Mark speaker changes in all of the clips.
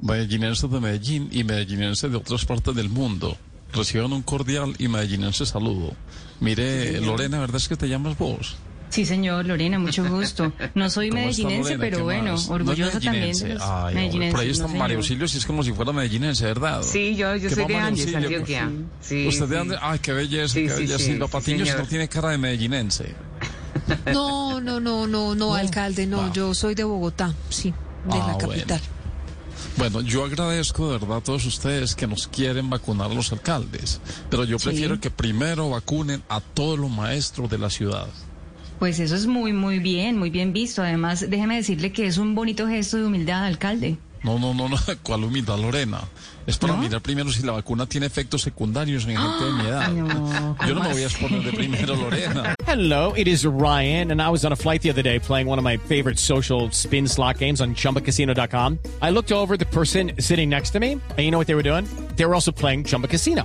Speaker 1: Medellinenses de Medellín y medellinenses de otras partes del mundo. Reciban un cordial y medellinense saludo. Mire, Lorena, ¿verdad es que te llamas vos?
Speaker 2: Sí, señor, Lorena, mucho gusto. No soy
Speaker 1: ¿Cómo está
Speaker 2: medellinense,
Speaker 1: Lorena?
Speaker 2: pero
Speaker 1: ¿Qué
Speaker 2: bueno,
Speaker 1: más? No es
Speaker 2: orgullosa también
Speaker 1: medellinense.
Speaker 2: de los
Speaker 1: Ay, hombre,
Speaker 2: medellinenses.
Speaker 1: por ahí está
Speaker 2: no, señor.
Speaker 1: María Auxilio, si es como si fuera medellinense, ¿verdad?
Speaker 3: Sí, yo, yo
Speaker 1: ¿Qué
Speaker 3: soy
Speaker 1: va
Speaker 3: de
Speaker 1: María
Speaker 3: Andes,
Speaker 1: Auxilio?
Speaker 3: Antioquia. Sí,
Speaker 1: Usted de
Speaker 3: sí.
Speaker 1: Andes, ay, qué belleza,
Speaker 3: Sí,
Speaker 1: qué
Speaker 3: sí,
Speaker 1: belleza.
Speaker 3: sí,
Speaker 1: Silva
Speaker 3: sí,
Speaker 1: Patiño, si
Speaker 3: señor.
Speaker 1: no tiene cara de medellinense.
Speaker 4: No, no, no, no, no, alcalde, no,
Speaker 1: va.
Speaker 4: yo soy de Bogotá, sí, de
Speaker 1: Ah,
Speaker 4: la capital.
Speaker 1: Bueno, yo agradezco de verdad a todos ustedes que nos quieren vacunar a los alcaldes, pero yo prefiero que primero vacunen a todos los maestros de la ciudad.
Speaker 2: Pues eso es muy, muy bien, muy bien visto. Además, déjeme decirle que es un bonito gesto de humildad, alcalde.
Speaker 1: No, no, no, no, ¿cuál humildad, Lorena? Es para
Speaker 2: ¿No?
Speaker 1: mirar primero si la vacuna tiene efectos secundarios en gente de mi
Speaker 4: Ah.
Speaker 1: edad.
Speaker 2: no,
Speaker 1: Yo no
Speaker 2: ¿cómo
Speaker 1: me voy a
Speaker 2: así?
Speaker 1: exponer de primero, Lorena.
Speaker 5: Hello, it is Ryan, and I was on a flight the other day playing one of my favorite social spin slot games on chumbacasino.com. I looked over at the person sitting next to me, and you know what they were doing? They were also playing Chumba Casino.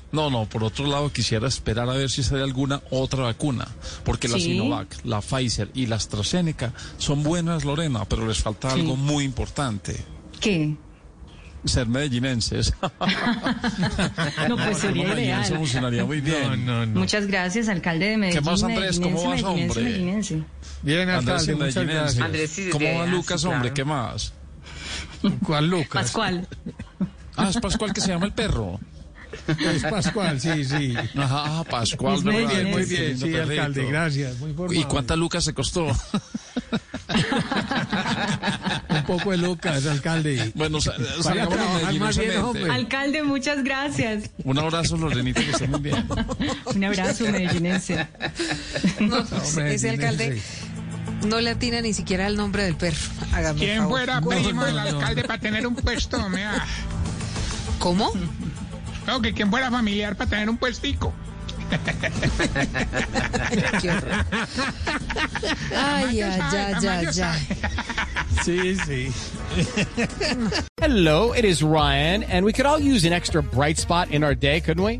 Speaker 1: No, no, por otro lado quisiera esperar a ver si sale alguna otra vacuna, porque la
Speaker 2: Sí.
Speaker 1: Sinovac, la Pfizer y la AstraZeneca son buenas, Lorena, pero les falta
Speaker 2: Sí.
Speaker 1: algo muy importante,
Speaker 2: ¿Qué?
Speaker 1: ser medellinenses.
Speaker 2: No, pues
Speaker 1: Como
Speaker 2: sería ideal.
Speaker 1: medellinense funcionaría muy bien.
Speaker 6: No, no, no.
Speaker 2: Muchas gracias, alcalde de Medellín.
Speaker 1: más, Andrés? ¿Cómo vas,
Speaker 2: medellinense, medellinense,
Speaker 1: hombre?
Speaker 2: medellinense.
Speaker 6: Bien,
Speaker 1: Andrés y
Speaker 6: alcalde, muchas
Speaker 1: medellinenses.
Speaker 6: gracias.
Speaker 3: Andrés y de-
Speaker 1: ¿Cómo va
Speaker 3: ah, sí,
Speaker 1: Lucas,
Speaker 3: claro.
Speaker 1: hombre? ¿Qué más?
Speaker 6: ¿Cuál Lucas?
Speaker 2: Pascual.
Speaker 1: Ah, es Pascual que se llama el perro.
Speaker 6: Es Pascual, sí, sí.
Speaker 1: Ajá, ah, Pascual,
Speaker 2: Es
Speaker 1: ¿verdad?
Speaker 2: medellinense.
Speaker 6: Muy
Speaker 1: Qué
Speaker 6: bien,
Speaker 1: lindo
Speaker 6: sí,
Speaker 1: perrito.
Speaker 6: alcalde, gracias. Muy formal.
Speaker 1: ¿Y cuántas lucas se costó?
Speaker 6: Un poco de Lucas, alcalde.
Speaker 1: Bueno, sal-
Speaker 6: Vaya a
Speaker 1: salgamos
Speaker 6: trabajar más bien,
Speaker 1: medellinosamente.
Speaker 6: hombre.
Speaker 2: Alcalde, muchas gracias.
Speaker 1: Un abrazo, Lorenita, que esté muy bien.
Speaker 2: Un abrazo, medellinense.
Speaker 4: No,
Speaker 6: hombre,
Speaker 4: ese alcalde no le atina ni siquiera el nombre del perro. Hágame el
Speaker 7: ¿Quién
Speaker 4: favor.
Speaker 7: fuera primo del alcalde para tener un puesto? Me da.
Speaker 4: ¿Cómo?
Speaker 7: No, que quien fuera familiar para tener un puestico.
Speaker 4: Qué horror. Ay, ay, ay, ay, ay.
Speaker 6: Sí, sí.
Speaker 5: Hello, it is Ryan, and we could all use an extra bright spot in our day, couldn't we?